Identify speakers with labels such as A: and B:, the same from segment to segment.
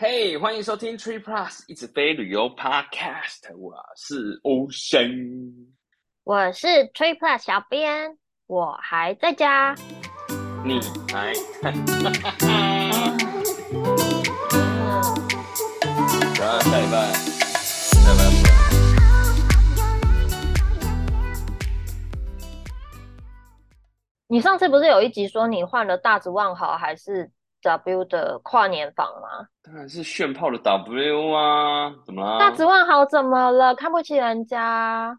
A: 嘿欢迎收听 Tree Plus 一直飞旅游 Podcast，我是欧生。
B: 我是 Tree Plus 小编，我还 在家。
A: 你来，然后下礼拜，下礼拜不来
B: 你上次不是有一集说你换了大直万豪还是 W 的跨年房吗？
A: 当然是炫炮的 W 啊，怎么啦？
B: 大直万豪怎么了？看不起人家？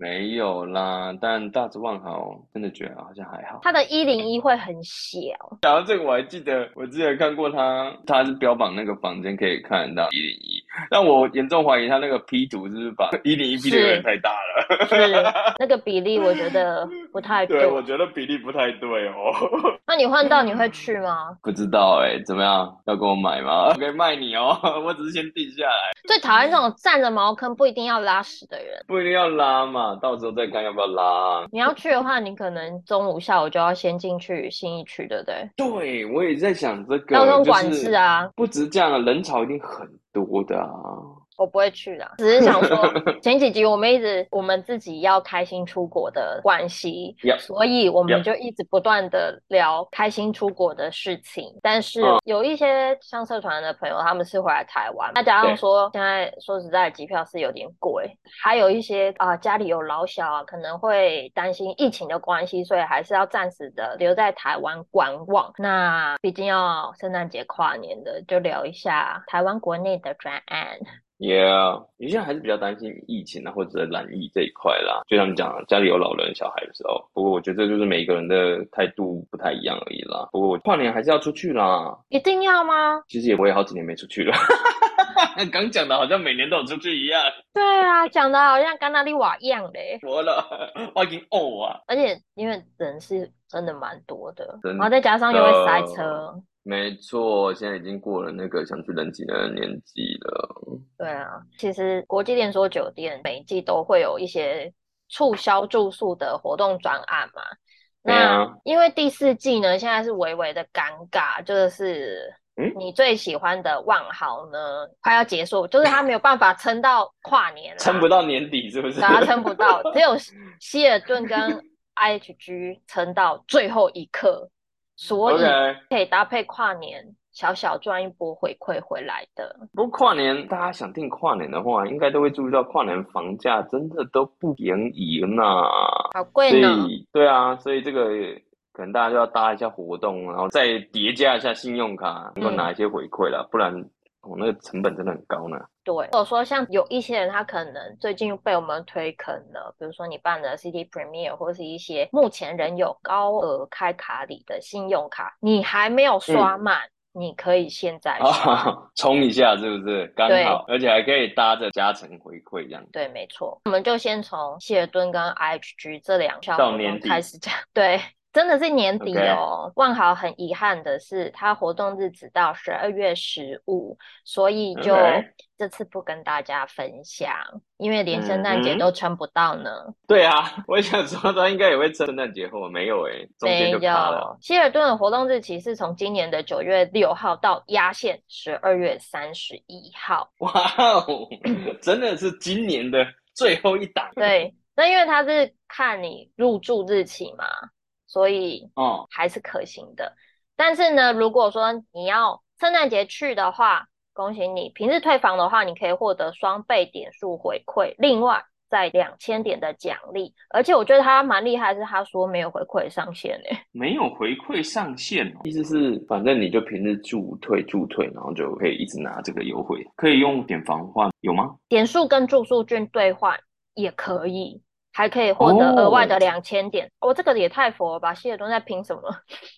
A: 没有啦，但大直万豪真的觉得好像还好。
B: 它的一零一会很 小，
A: 讲到这个，我还记得我之前看过他，他是标榜那个房间可以看到一零一，但我严重怀疑他那个 P 图是不是把一零一 P 的有点太大了。
B: 是那个比例我觉得不太
A: 对，我
B: 对。
A: 觉得比例不太对哦。
B: 那你换到你会去吗？
A: 不知道哎、怎么样？要给我买吗？我 可以卖你哦，我只是先定下来，
B: 最讨厌这种占着茅坑不一定要拉屎的人。
A: 不一定要拉嘛，到时候再看要不要拉。
B: 你要去的话，你可能中午、下午就要先进去新一区，对 不对？
A: 对，我也在想这个
B: 交通管制，啊，
A: 就是不止这样，人潮一定很多的啊。
B: 我不会去的，只是想 说前几集我们一直我们自己要开心出国的关系
A: Yep.
B: 所以我们
A: Yep.
B: 就一直不断的聊开心出国的事情。但是
A: 嗯
B: 有一些像社团的朋友，他们是回来台湾，再加
A: 对
B: 上说现在说实在，机票是有点贵，还有一些啊、家里有老小啊，可能会担心疫情的关系，所以还是要暂时的留在台湾观望。那毕竟要圣诞节跨年的，就聊一下台湾国内的专案。
A: Yeah，有些人还是比较担心疫情啊，或者染疫这一块啦。就像你讲的，家里有老人、小孩的时候，不过我觉得这就是每一个人的态度不太一样而已啦。不过跨年还是要出去啦，
B: 一定要吗？
A: 其实也我也好几年没出去了。 刚讲的好像每年都有出去一样，
B: 对啊，讲的好像甘纳利瓦一样嘞。
A: 我了， 我已经呕啊！
B: 而且因为人是真的蛮多的，
A: 真的
B: 然后再加上又会塞车，
A: 没错，现在已经过了那个想去人挤人的年纪了。
B: 对啊。其实国际连锁酒店每一季都会有一些促销住宿的活动专案嘛。
A: 对
B: 那
A: 啊，
B: 因为第四季呢，现在是微微的尴尬，就是
A: 嗯
B: 你最喜欢的万豪呢，快要结束，就是他没有办法撑到跨年了，
A: 撑不到年底是不是？
B: 大家撑不到，只有希尔顿跟 IHG 撑到最后一刻，所以
A: OK，
B: 可以搭配跨年小小赚一波回馈回来的。
A: 不过跨年，大家想订跨年的话，应该都会注意到跨年房价真的都不便宜呢。
B: 好
A: 所
B: 贵呢，
A: 以，对啊，所以这个可能大家就要搭一下活动，然后再叠加一下信用卡，能够
B: 嗯
A: 拿一些回馈啦，不然我、哦那个成本真的很高呢。
B: 对。或者说像有一些人他可能最近被我们推坑了，比如说你办的 City Premier 或是一些目前仍有高额开卡礼的信用卡，你还没有刷满，你可以现在刷。
A: 啊， 冲一下是不是？刚
B: 对
A: 好，而且还可以搭着加成回馈这样。
B: 对，没错，我们就先从希尔顿跟 IHG 这两项
A: 到
B: 活
A: 年
B: 动
A: 底
B: 开始讲。 对，真的是年底
A: OK
B: 哦。万豪很遗憾的是，它活动日只到十二月十五，所以就
A: OK
B: 这次不跟大家分享，因为连圣诞
A: 嗯
B: 节
A: 哼
B: 都撑不到呢。
A: 对啊，我也想说他应该也会趁圣诞节后，没有诶、中间
B: 没
A: 就卡了。
B: 有，希尔顿的活动日期是从今年的九月六号到压线十二月三十一号。
A: 哇 哦，真的是今年的最后一档。
B: 对，那因为它是看你入住日期嘛，所以
A: 哦，
B: 还是可行的。但是呢，如果说你要圣诞节去的话，恭喜你；平日退房的话，你可以获得双倍点数回馈，另外再两千点的奖励。而且我觉得他蛮厉害，是他说没有回馈上限欸诶、
A: 没有回馈上限哦，意思是反正你就平日助退助退，然后就可以一直拿这个优惠，可以用点房换，有吗？
B: 点数跟住宿券兑换也可以，还可以获得额外的
A: 哦
B: 两千点。哦，这个也太佛了吧！谢尔顿在拼什么？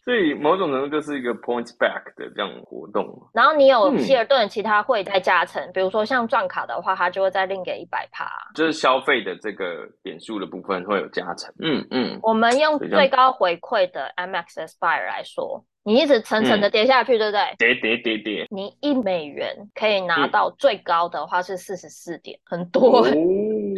A: 所以某种程度就是一个 points back 的这样活动嘛。
B: 然后你有
A: 嗯
B: 希尔顿的其他会再加成，比如说像钻卡的话，它就会再另给一百趴。
A: 就是消费的这个点数的部分会有加成。嗯嗯，
B: 我们用
A: 对这样
B: 最高回馈的 MX Aspire 来说，你一直层
A: 嗯
B: 层的跌下去，对不对？
A: 叠叠叠叠，
B: 你一美元可以拿
A: 嗯
B: 到最高的话是四十四点，很
A: 哦
B: 多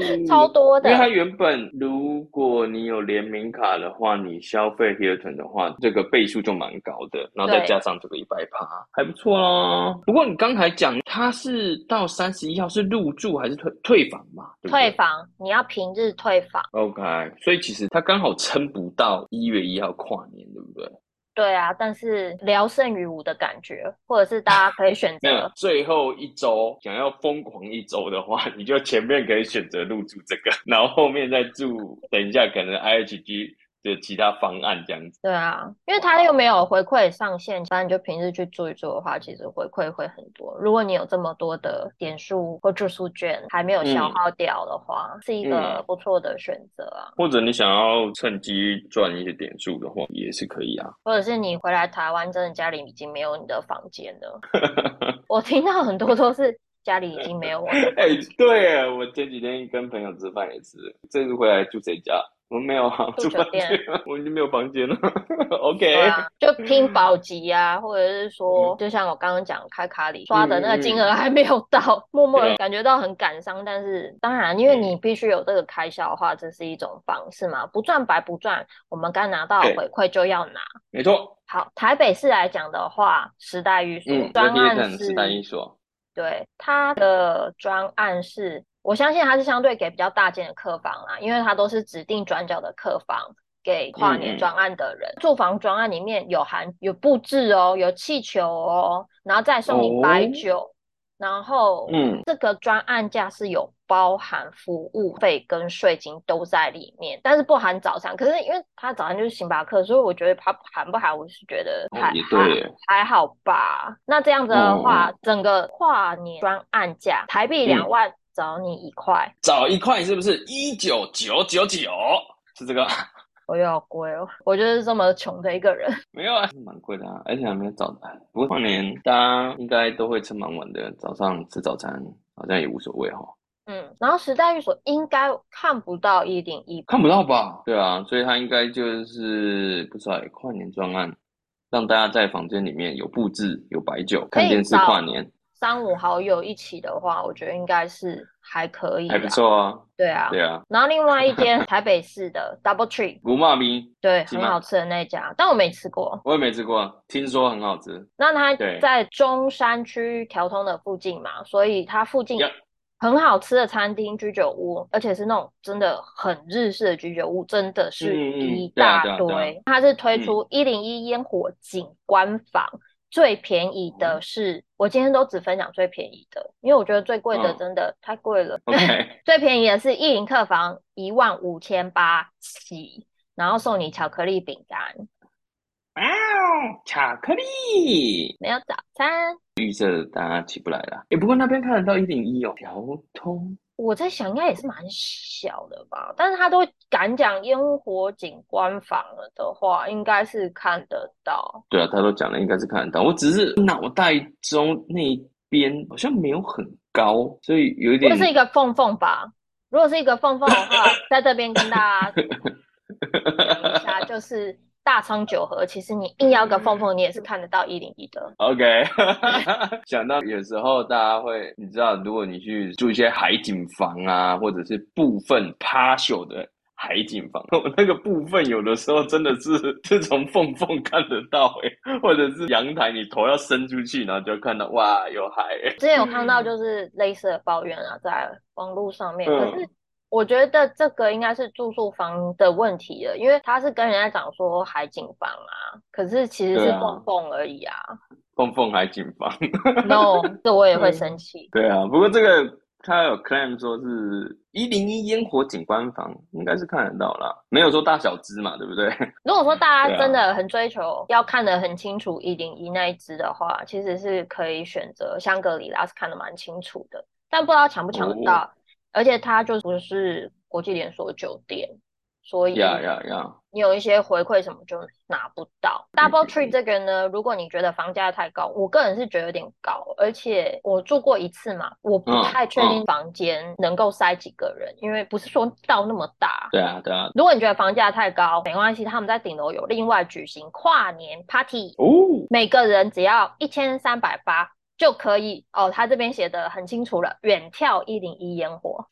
B: 欸、超多
A: 因
B: 的
A: 为。它原本如果你有联名卡的话，你消费 Hilton 的话，这个倍数就蛮高的，然后再
B: 对
A: 加上这个一百趴，还不错啦。不过你刚才讲它是到三十一号是入住还是退退房嘛？对不对
B: 退房，你要平日退房。
A: OK，所以其实它刚好撑不到一月一号跨年，对不对？
B: 对啊，但是聊胜于无的感觉，或者是大家可以选
A: 那
B: 择。
A: 最后一周想要疯狂一周的话，你就前面可以选择入住这个，然后后面再住，等一下可能 IHG 的其他方案这样子。
B: 对啊，因为他又没有回馈上限，反正就平日去住一住的话，其实回馈会很多。如果你有这么多的点数或住宿券还没有消
A: 嗯
B: 耗掉的话，是一个不错的选择啊。
A: 或者你想要趁机赚一些点数的话，也是可以啊。
B: 或者是你回来台湾，真的家里已经没有你的房间 了。我听到很多都是家里已经没有我的
A: 哎、对耶，我前几天跟朋友吃饭也是，这次回来住谁家？我们没有啊，
B: 住
A: 住
B: 酒
A: 饭
B: 店
A: 店啊，我已经没有房间了。OK，
B: 对啊，就拼保级啊，或者是
A: 嗯
B: 说，就像我刚刚讲开卡里刷的那个金额还没有到， 默默
A: 啊
B: 的感觉到很感伤。但是当然，因为
A: 嗯
B: 你必须有这个开销的话，这是一种方式嘛，不赚白不赚。我们该拿到的
A: 对
B: 回馈就要拿。
A: 没错，
B: 好，台北市来讲的话，时代预
A: 嗯
B: 算，
A: 昨
B: 专
A: 天
B: 案
A: 看
B: 是
A: 时代一所，
B: 对，它的专案是，我相信它是相对给比较大间的客房啦，因为它都是指定转角的客房给跨年
A: 嗯嗯
B: 专案的人。住房专案里面有含有布置哦，有气球哦，然后再送你白
A: 哦
B: 酒，然后
A: 嗯，
B: 这个专案价是有包含服务费跟税金都在里面，但是不含早餐。可是因为它早餐就是星巴克，所以我觉得它含不含，我是觉得
A: 哦
B: 还
A: 也
B: 还
A: 对耶，
B: 还好吧？那这样子的
A: 哦
B: 话，整个跨年专案价台
A: 嗯
B: 币两万，找你一块，
A: 找一块是不是一九九九九？是这个？
B: 我又要贵哦。我就是这么穷的一个人，
A: 没有啊，蛮贵的啊，而且还没有早餐。不过跨年大家应该都会吃蛮晚的，早上吃早餐好像也无所谓哈、
B: 嗯。然后时代寓所应该看不到一零一，
A: 看不到吧？对啊，所以他应该就是不知道欸跨年专案，让大家在房间里面有布置、有白酒、
B: 可以
A: 看电视
B: 找
A: 跨年，
B: 三五好友一起的话，我觉得应该是还可以
A: 还不
B: 啦。
A: 错啊。
B: 对啊，
A: 对啊，
B: 然后另外一间台北市的 Double Tree，
A: 古骂咪
B: 对，
A: 是
B: 很
A: 吗
B: 好吃的那家，但我没吃过。
A: 我也没吃过啊，听说很好吃。
B: 那它
A: 对
B: 在中山区调通的附近嘛，所以它附近
A: Yep
B: 很好吃的餐厅居酒屋，而且是那种真的很日式的居酒屋，真的是
A: 嗯嗯嗯
B: 一
A: 对啊
B: 大
A: 对啊对啊
B: 堆。它是推出一零一烟火景观房，最便宜的
A: 嗯
B: 是，我今天都只分享最便宜的，因为我觉得最贵的
A: 嗯
B: 真的太贵了。
A: OK，
B: 最便宜的是一零客房一万五千八起，然后送你巧克力饼干，
A: 啊，巧克力，
B: 没有早餐。
A: 预设大家起不来啦。诶，不过那边看得到一零一哦，调通。
B: 我在想，应该也是蛮小的吧，但是他都敢讲烟火景观房了的话，应该是看得到。
A: 对啊，他都讲了，应该是看得到。我只是脑袋中那一边好像没有很高，所以有一
B: 如
A: 点
B: 果是一个缝缝吧，如果是一个缝缝的话，在这边跟大家讲一下，就是大昌九和，其实你硬要个缝缝，你也是看得到一零一的。
A: OK，想到有时候大家会，你知道，如果你去住一些海景房啊，或者是部分趴朽的海景房， 我那个部分有的时候真的是是从缝缝看得到诶、 或者是阳台你头要伸出去，然后就看到哇有海、欸，
B: 之前有看到就是类似的抱怨啊，在网络上面，可
A: 嗯
B: 是我觉得这个应该是住宿房的问题了，因为他是跟人家讲说海景房啊，可是其实
A: 对
B: 是
A: 啊
B: 蹦蹦而已 啊。
A: 缝缝海景房。
B: No，这我也会生气。
A: 对啊，不过这个他有 claim 说是一零一烟火景观房，应该是看得到啦，没有说大小只嘛，对不对？
B: 如果说大
A: 对
B: 家
A: 啊
B: 真的很追求要看得很清楚一零一那一只的话，其实是可以选择香格里拉是看得蛮清楚的，但不知道抢不抢
A: 哦
B: 得到，而且它就不是国际连锁酒店，所以
A: 呀呀呀！
B: 你有一些回馈什么就拿不到。Double
A: 嗯
B: Tree 这个呢，如果你觉得房价太高，我个人是觉得有点高，而且我住过一次嘛，我不
A: 嗯
B: 太确定房间能够塞几个人，因为不是说到那么大。
A: 对啊，对啊，
B: 如果你觉得房价太高，没关系，他们在顶楼有另外举行跨年 party，
A: 哦，
B: 每个人只要一千三百八，就可以哦。他这边写的很清楚了，远眺一零一烟火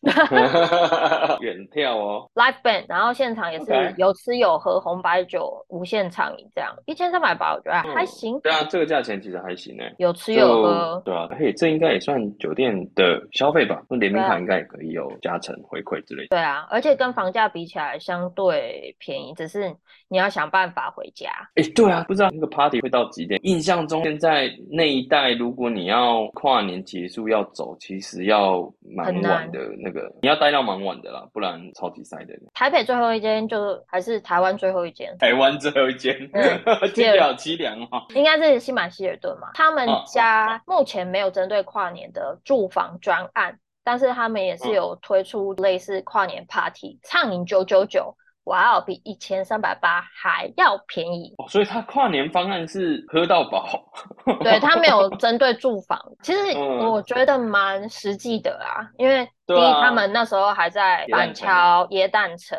A: 远眺哦，
B: live band，然后现场也是
A: OK
B: 有吃有喝，红白酒无限畅饮，这样一千三百八，我觉得还行，
A: 对啊，这个价钱其实还行呢。欸
B: 有吃
A: 就
B: 有喝。
A: 对啊，嘿，这应该也算酒店的消费吧？那联名
B: 对啊
A: 卡应该也可以有加成回馈之类的。
B: 对啊，而且跟房价比起来相对便宜，只是你要想办法回家。
A: 哎，对啊，不知道那个 party 会到几点？印象中现在那一带，如果你要跨年结束要走，其实要蛮
B: 很难
A: 晚的那个，你要待到蛮晚的啦，不然超级塞的。
B: 台北最后一间就还是台湾最后一间，
A: 台湾最后一间
B: 嗯，
A: 听起来好凄凉哦。
B: 应该是新马希尔顿嘛。他们
A: 哦
B: 家目前没有针对跨年的住房专案，但是他们也是
A: 嗯
B: 有推出类似跨年 party，畅饮九九九，哇哦，比一千三百八还要便宜。
A: 哦，所以他跨年方案是喝到饱，
B: 对他没有针对住房，其实
A: 嗯
B: 我觉得蛮实际的啦，因为第
A: 对
B: 一
A: 啊
B: 他们那时候还在
A: 椰
B: 板
A: 蛋城啊
B: 桥、椰蛋城，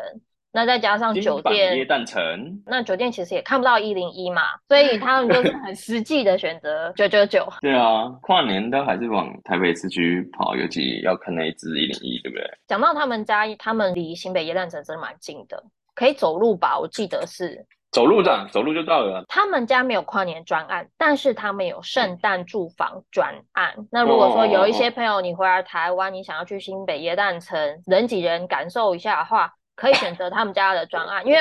B: 那再加上
A: 金
B: 酒
A: 板
B: 店
A: 椰蛋城，
B: 那酒店其实也看不到一零一嘛，所以他们就是很实际的选择九九九。
A: 对啊，跨年都还是往台北市区跑，尤其要看那一支一零一，对不对？
B: 讲到他们家，他们离新北耶诞城真的蛮近的，可以走路吧？我记得是
A: 走路的，走路就到了。
B: 他们家没有跨年专案，但是他们有圣诞住房专案。那如果说有一些朋友你回来台湾，你想要去新北耶诞城人挤人感受一下的话，可以选择他们家的专案，因为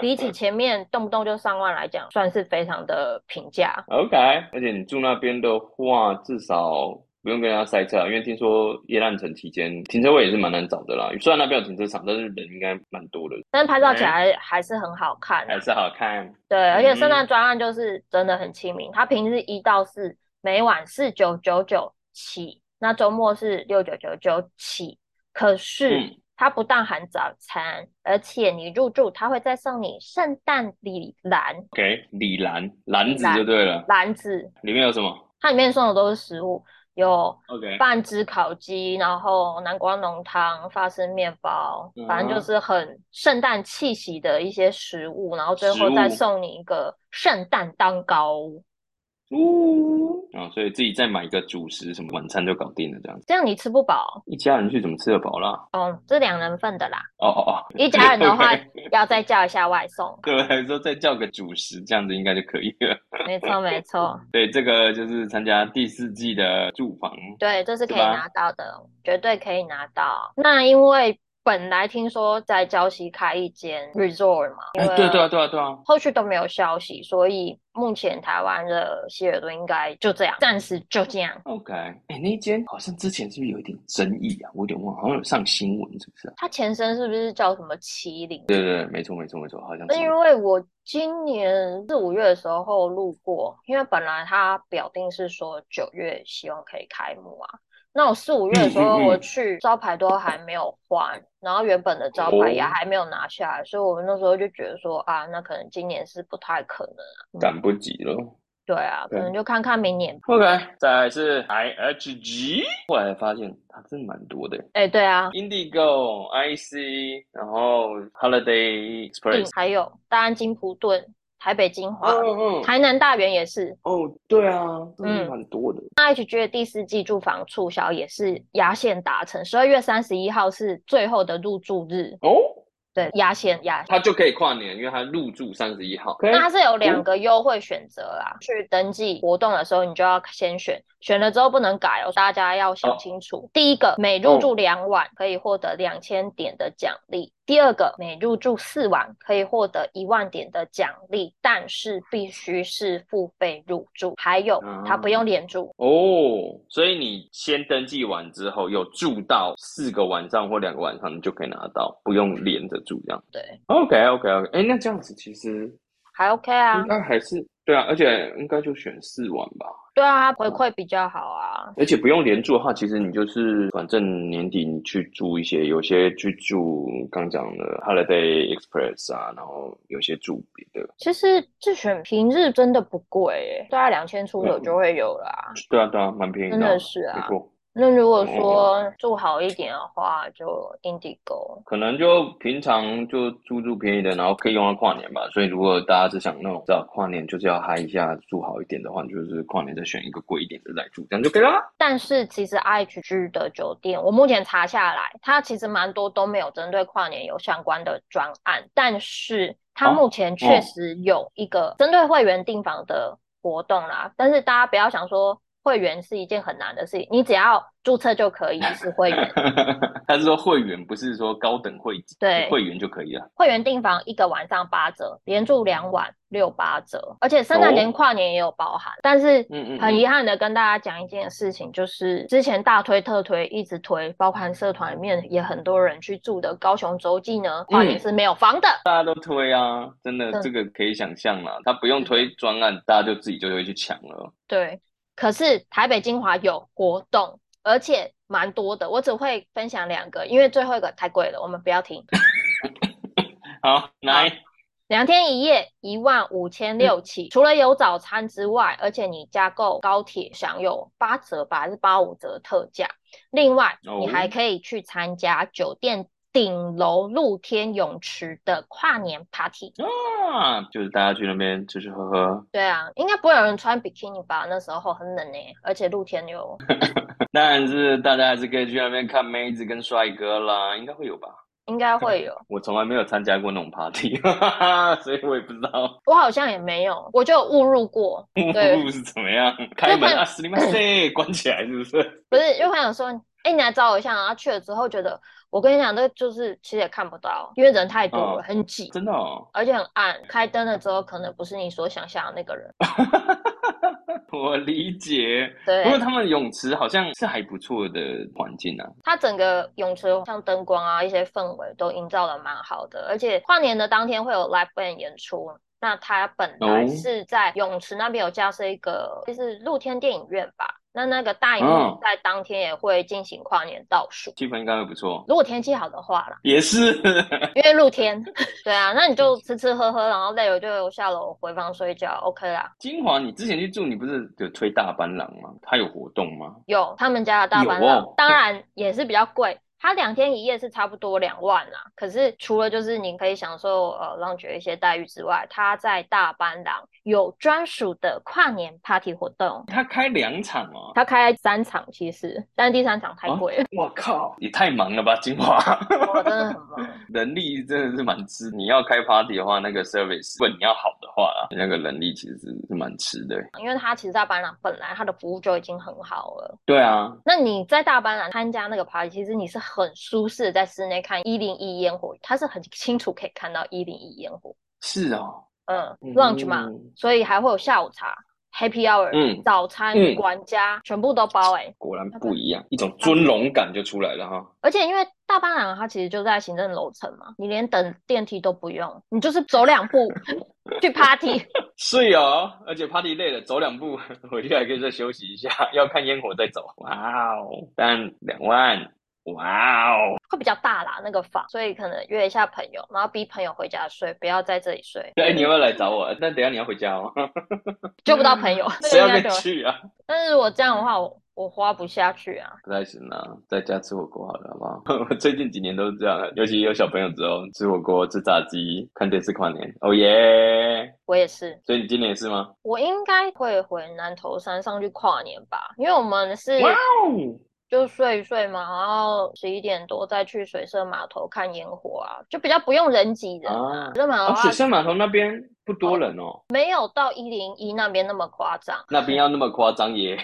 B: 比起前面动不动就上万来讲，算是非常的平价。
A: OK，而且你住那边的话，至少不用跟人家塞车啊，因为听说夜烂城期间停车位也是蛮难找的啦。虽然那边有停车场，但是人应该蛮多的，
B: 但拍照
A: 嗯
B: 起来还是很好看、啊
A: 还，是好看。
B: 对，而且圣
A: 嗯
B: 诞专案就是真的很亲民，它平日一到四每晚四九九九起，那周末是六九九九起。可是
A: 嗯
B: 它不但含早餐，而且你入住，它会再送你圣诞礼篮
A: ，OK，李兰篮子
B: 篮
A: 就对了，
B: 篮子，
A: 里面有什么
B: 它里面送的都是食物，有
A: ？OK，
B: 半只烤鸡，然后南瓜浓汤、法式面包，反正就
A: 嗯
B: 是很圣诞气息的一些食物，然后最后
A: 食
B: 再
A: 物
B: 送你一个圣诞蛋糕。
A: 哦呜，啊、所以自己再买一个主食，什么晚餐就搞定了，这样子。
B: 这样你吃不饱
A: 一家人去怎么吃得饱啦？
B: 哦，这两人份的 啦。
A: 哦哦哦，
B: 一家人的话
A: 对，
B: 要再叫一下外送。
A: 对我来说再叫个主食，这样子应该就可以了。
B: 没错，没 错，
A: 对，这个就是参加第四季的住房。
B: 对，这是可以
A: 是吧
B: 拿到的，绝对可以拿到。那因为本来听说在礁溪开一间 resort 嘛，
A: 哎，对对啊，对啊，对啊。
B: 后续都没有消息，所以目前台湾的希尔顿应该就这样，暂时就这样。
A: OK，哎、那一间好像之前是不是有一点争议啊？我有点忘了，好像有上新闻，是不是、啊？
B: 它前身是不是叫什么麒麟？
A: 对对对，没错没错没错，好像
B: 那
A: 是。
B: 因为我今年四五月的时候路过，因为本来他表定是说九月希望可以开幕啊。那我四五月的时候
A: 嗯嗯嗯
B: 我去，招牌都还没有换，然后原本的招牌也
A: 哦
B: 还没有拿下来，所以我那时候就觉得说啊，那可能今年是不太可能啊。
A: 赶不及了。
B: 对啊，可
A: 对
B: 能就看看明年。
A: OK，再来是 IHG，后来发现它真的蛮多的
B: 哎，对啊，
A: ，Indigo、IC，然后 Holiday
B: 嗯
A: Express，
B: 还有大安金普顿、台北精华、
A: 嗯嗯，
B: 台南大园也是。
A: 哦，对啊，真的蛮多的。
B: 那 H G 的第四季住房促销也是压线达成，十二月三十一号是最后的入住日，
A: 哦，
B: 对，压线压。
A: 它就可以跨年，因为它入住三十一号。
B: 那它是有两个优惠选择啦，去登记活动的时候你就要先选，选了之后不能改哦，大家要想清楚。第一个，每入住两晚可以获得两千点的奖励；第二个，每入住四晚可以获得一万点的奖励，但是必须是付费入住，还有它不用连住。
A: 哦，所以你先登记完之后，有住到四个晚上或两个晚上，你就可以拿到，不用连着住这样。
B: 对，
A: OK OK OK，哎、那这样子其实
B: 还 OK 啊，
A: 应该还是、对啊，而且应该就选四晚吧，
B: 对啊，回馈比较好啊。
A: 而且不用连住的话，其实你就是反正年底你去住一些，有些去住刚讲的 Holiday Express 啊，然后有些住别的，
B: 其实自选平日真的不贵耶，大概两千出头就会有啦，
A: 对啊对啊，蛮便宜
B: 真
A: 的啊，
B: 的是
A: 没
B: 啊。
A: 错。
B: 那如果说住好一点的话，就 Indigo。
A: 可能就平常就住住便宜的，然后可以用到跨年吧。所以如果大家只想那种，知道跨年就是要嗨一下，住好一点的话，就是跨年再选一个贵一点的来住，这样就可以啦。
B: 但是其实 IHG 的酒店，我目前查下来，它其实蛮多都没有针对跨年有相关的专案，但是它
A: 啊
B: 目前确实有一个针对会员订房的活动啦。但是大家不要想说会员是一件很难的事情，你只要注册就可以是会员。
A: 他是说会员，不是说高等会籍，
B: 对
A: 会员就可以了。
B: 会员订房一个晚上八折，连住两晚六八折，而且圣诞节、
A: 哦
B: 跨年也有包含。但是
A: 嗯嗯嗯
B: 很遗憾的跟大家讲一件事情，就是之前大推特推一直推，包含社团里面也很多人去住的高雄洲际呢，跨年是没有房的。
A: 大家都推啊，真的
B: 对
A: 这个可以想象啦。他不用推专案，大家就自己就会去抢了。
B: 对，可是台北精华有活动，而且蛮多的。我只会分享两个，因为最后一个太贵了，我们不要听。
A: 好，来，
B: 两天一夜一万五
A: 嗯
B: 千六起，除了有早餐之外，而且你加购高铁享有八折吧，还是八五折特价。另外，
A: 哦
B: 你还可以去参加酒店顶楼露天泳池的跨年 party。
A: 啊，就是大家去那边吃吃喝喝。
B: 对啊，应该不会有人穿比基尼吧？那时候很冷呢、而且露天游。
A: 当然是大家还是可以去那边看妹子跟帅哥啦，应该会有吧？
B: 应该会有，
A: 我从来没有参加过那种 party，哈 哈哈，所以我也不知道
B: 我好像也没有，我就有误入过，对
A: 路是怎么样。开门啊，死你妈塞，关起来是不是？
B: 不是，就朋友说，哎、你来找我一下，然后去了之后觉得，我跟你讲，这就是其实也看不到，因为人太多了，
A: 哦
B: 很挤，
A: 真的哦，
B: 而且很暗，开灯了之后可能不是你所想象的那个人。
A: 我理解。不过
B: 对，
A: 他们泳池好像是还不错的环境啊。
B: 它整个泳池像灯光啊，一些氛围都营造的蛮好的，而且跨年的当天会有 live band 演出。那它本来
A: 哦
B: 是在泳池那边有架设一个，就是露天电影院吧。那那个大荧幕
A: 嗯
B: 在当天也会进行跨年倒数，
A: 气氛应该会不错。
B: 如果天气好的话啦。
A: 也是，
B: 因为露天， 对啊，那你就吃吃喝喝，然后累了就下楼回房睡觉，OK 啦。
A: 金华，你之前去住，你不是有推大班郎吗？他有活动吗？
B: 有他们家的大班
A: 有
B: 郎，
A: 哦
B: 当然也是比较贵。它两天一夜是差不多两万啦，可是除了就是你可以享受呃让觉一些待遇之外，它在大班郎有专属的跨年 party 活动，
A: 他开两场哦，
B: 它开三场其实，但是第三场太 贵了，
A: 我靠，也太忙了吧，金华，
B: 我真的很忙。
A: 人力真的是蛮吃。你要开 party 的话，那个 service，如果你要好的话啦，那个人力其实是蛮吃的。
B: 因为它其实大班郎本来它的服务就已经很好了，
A: 对啊，
B: 那你在大班兰参加那个 party，其实你是很舒适的，在室内看一零一烟火，它是很清楚可以看到一零一烟火，
A: 是哦
B: 嗯，lunch 嘛，
A: 嗯
B: 所以还会有下午茶、happy hour、
A: 嗯
B: 早餐、
A: 嗯
B: 管家，全部都包哎、
A: 果然不一样，一种尊荣感就出来了哈。
B: 而且因为大班兰它其实就在行政楼层嘛，你连等电梯都不用，你就是走两步 去 party。
A: 是哦，而且 party 累了，走两步 回去还可以再休息一下，要看烟火再走。哇哦，但两万，哇哦，
B: 会比较大啦，那个房，所以可能约一下朋友，然后逼朋友回家睡，不要在这里睡，
A: 对，哎你要不要来找我？但等一下你要回家哦，
B: 救不到朋友，这
A: 谁
B: 个
A: 要
B: 应该
A: 跟
B: 就
A: 你。去啊？
B: 但是我这样的话，我我花不下去啊。
A: 不太行啦，在家吃火锅好了，好不好？ 我最近几年都是这样，尤其有小朋友之后，吃火锅、吃炸鸡、看电视跨年，哦耶！
B: 我也是，
A: 所以你今年也是吗？
B: 我应该会回南头山上去跨年吧，因为我们是
A: 哦，
B: 就睡一睡嘛，然后十一点多再去水社码头看烟火啊，就比较不用人挤人。
A: 啊，
B: 水社码头
A: 哦
B: 的，话
A: 水上码头那边不多人哦，
B: 没有到一零一那边那么夸张，
A: 那边要那么夸张耶？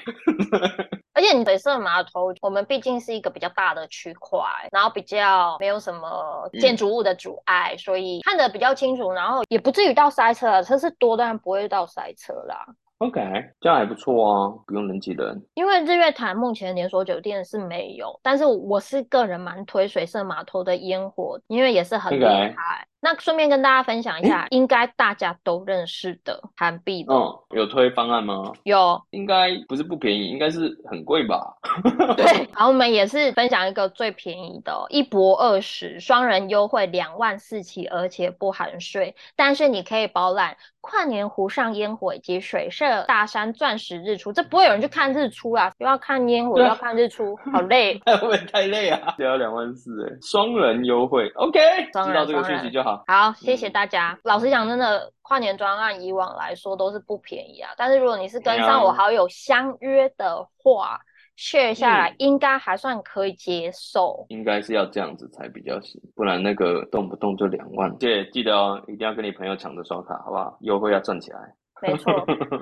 B: 而且你水社码头，我们毕竟是一个比较大的区块，然后比较没有什么
A: 嗯
B: 建筑物的阻碍，所以看得比较清楚，然后也不至于到塞车啊，车是多，但不会到塞车啦。
A: OK，这 样还不错啊，不用人挤人。
B: 因为日月潭目前连锁酒店是没有，但是我是个人蛮推水色码头的烟火，因为也是很厉
A: OK
B: 害。那顺便跟大家分享一下，应该大家都认识的韩币的
A: 嗯，有推方案吗？
B: 有
A: 应该不是不便宜，应该是很贵吧？
B: 对，然后我们也是分享一个最便宜的、哦，一博二十，双人优惠两万四起，而且不含税。但是你可以包揽跨年湖上烟火以及水社大山钻石日出，这不会有人去看日出啦，又要看烟火，又要看日出，好累。
A: 会不会太累啊？只要两万四，哎，双人优惠，OK，
B: 双人
A: 知道这个
B: 双人
A: 讯息就好。
B: 好，谢
A: 嗯
B: 谢大家。老实讲，真的跨年专案以往来说都是不便宜啊，但是如果你是跟
A: 对啊
B: 上我好友相约的话，share 下来
A: 嗯
B: 应该还算可以接受。
A: 应该是要这样子才比较行，不然那个动不动就两万。对，记得哦，一定要跟你朋友抢着刷卡，好不好？优惠要赚起来。
B: 没错。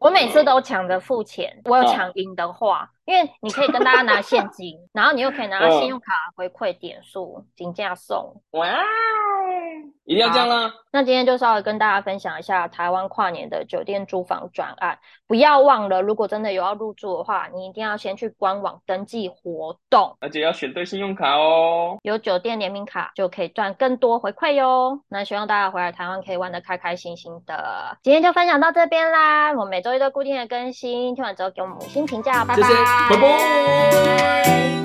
B: 我每次都抢着付钱，我有
A: 嗯
B: 抢赢的话，因为你可以跟大家拿现金，然后你又可以
A: 嗯
B: 拿到信用卡回馈点数，金价送。
A: 哇哦，一定要这样啦！
B: 那今天就稍微跟大家分享一下台湾跨年的酒店租房转案，不要忘了，如果真的有要入住的话，你一定要先去官网登记活动，
A: 而且要选对信用卡哦。
B: 有酒店联名卡就可以赚更多回馈哟。那希望大家回来台湾可以玩的开开心心的。今天就分享到这边啦，我们每周一都固定的更新，听完之后给我们五星评价，拜
A: 谢谢，拜拜。